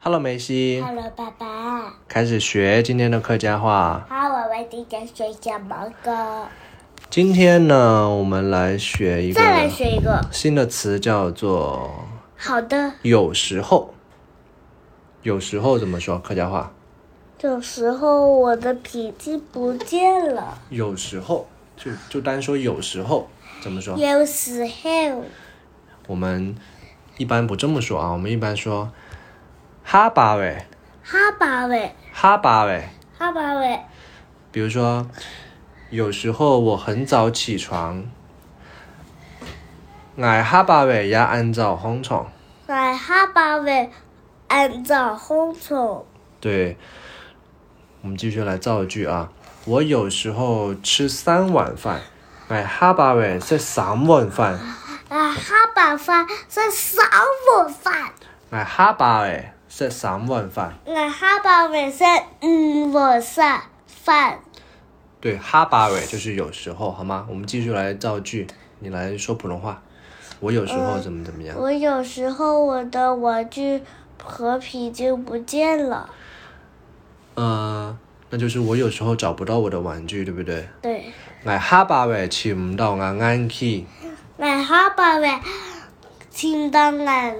Hello，梅西， Hello，爸爸。开始学今天的客家话。好，我们今天学什么歌？今天呢，我们来学一个再来学一个。新的词，叫做好的， “有时候”。有时候怎么说客家话？有时候我的笔记不见了。有时候就就单说有时候怎么说？有时候，我们一般不这么说啊，我们一般说“哈巴喂，哈巴喂，哈巴喂”。哈巴喂，比如说，有时候我很早起床，挨哈巴尾也按照红床。来哈巴喂，按照红虫。对，我们继续来造句啊。我有时候吃三碗饭，挨哈巴尾吃三碗饭，啊，哈巴饭是烧我饭，挨哈巴尾吃三碗饭。俺哈巴喂是嗯我饭饭。对，哈巴尾就是有时候，好吗？我们继续来造句，你来说普通话。我有时候怎么怎么样？我有时候我的玩具和皮筋不见了。呃，那就是我有时候找不到我的玩具，对不对？对，我哈巴喂，吃唔到我眼去，俺哈巴喂，听到俺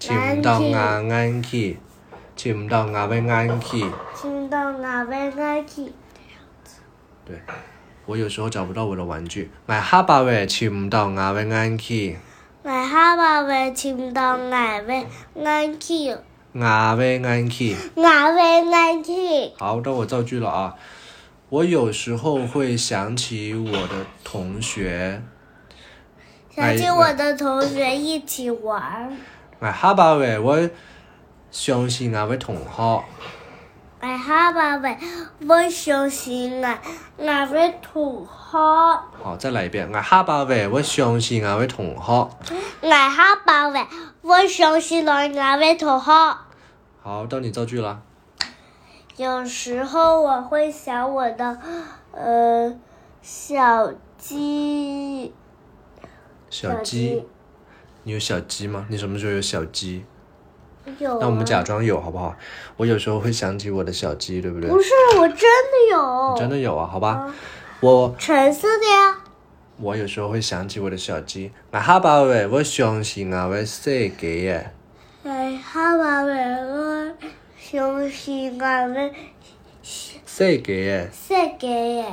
吃唔到我眼去，吃唔到我的眼去。听到俺喂俺去，对，我有时候找不到我的玩具。我哈巴喂，吃唔到我的眼去，俺哈巴喂，听到俺喂俺去，我的眼去。俺喂俺去，好，到我造句了啊。我有时候会想起我的同学，想起我的同学一起玩儿。我哈巴喂，我想起我的同学。俺哈巴喂，我相信俺俺喂同学。好，再来一遍。我哈巴喂，我想起我的同学。俺哈巴喂，我相信了俺位同学。好，到你造句了。有时候我会想我的，呃，小鸡，小鸡，你有小鸡吗？你什么时候有小鸡？有、啊。那我们假装有好不好？我有时候会想起我的小鸡，对不对？不是，我真的有。你真的有啊？好吧，我橙色的呀。我有时候会想起我的小鸡。我哈巴喂，我相信啊我的世界耶。哎，哈巴尾我相信俺们世界耶，世界耶。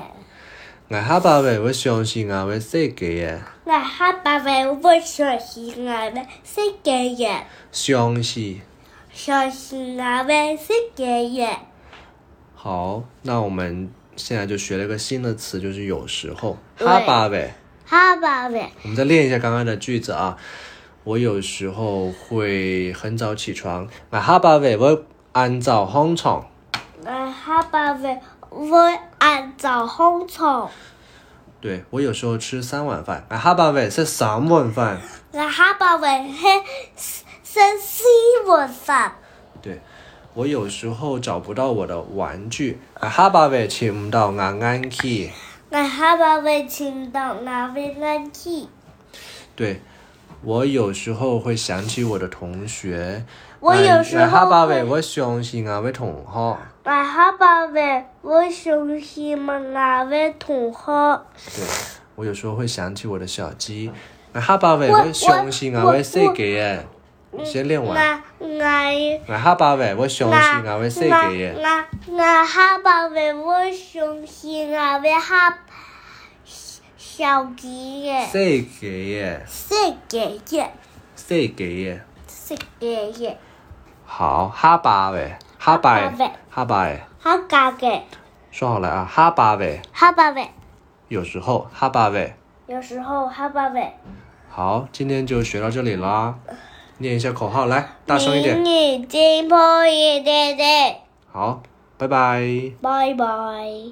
我哈巴喂，我相信啊我的世界耶。俺哈巴尾我相信俺们世界耶，相信。相信俺们世界耶。好，那我们现在就学了一个新的词，就是有时候。对哈巴喂。哈巴尾，我们再练一下刚刚的句子啊。我有时候会很早起床，我哈巴喂，我按照红床。俺啊哈巴尾我按照红虫。对我有时候吃三碗饭，俺哈巴喂吃三碗饭。俺哈巴尾嘿三四碗饭，对我有时候找不到我的玩具，俺哈巴喂吃唔到俺眼去。俺哈巴尾听到俺喂俺去。对我有时候会想起我的同学，我有时俺哈候巴喂会，我相信俺的啊同学。俺哈巴尾我相信嘛俺位同学。对我有时候会想起我的小鸡，俺哈巴喂我我相信俺我的世我界耶。你先练完。俺俺俺哈巴喂，我相信俺俺啊会世界耶。俺俺哈巴尾我相信俺位哈小鸡耶，世界耶，世界耶，世界耶。世界耶，好，哈巴喂，哈巴哈巴喂喂，哈巴喂，哈嘎给说好了啊，哈巴喂，哈巴尾。有时候哈巴喂。有时候哈巴尾，好，今天就学到这里啦，念一下口号，来，大声一点。明日进步一点点，好，拜拜。拜拜。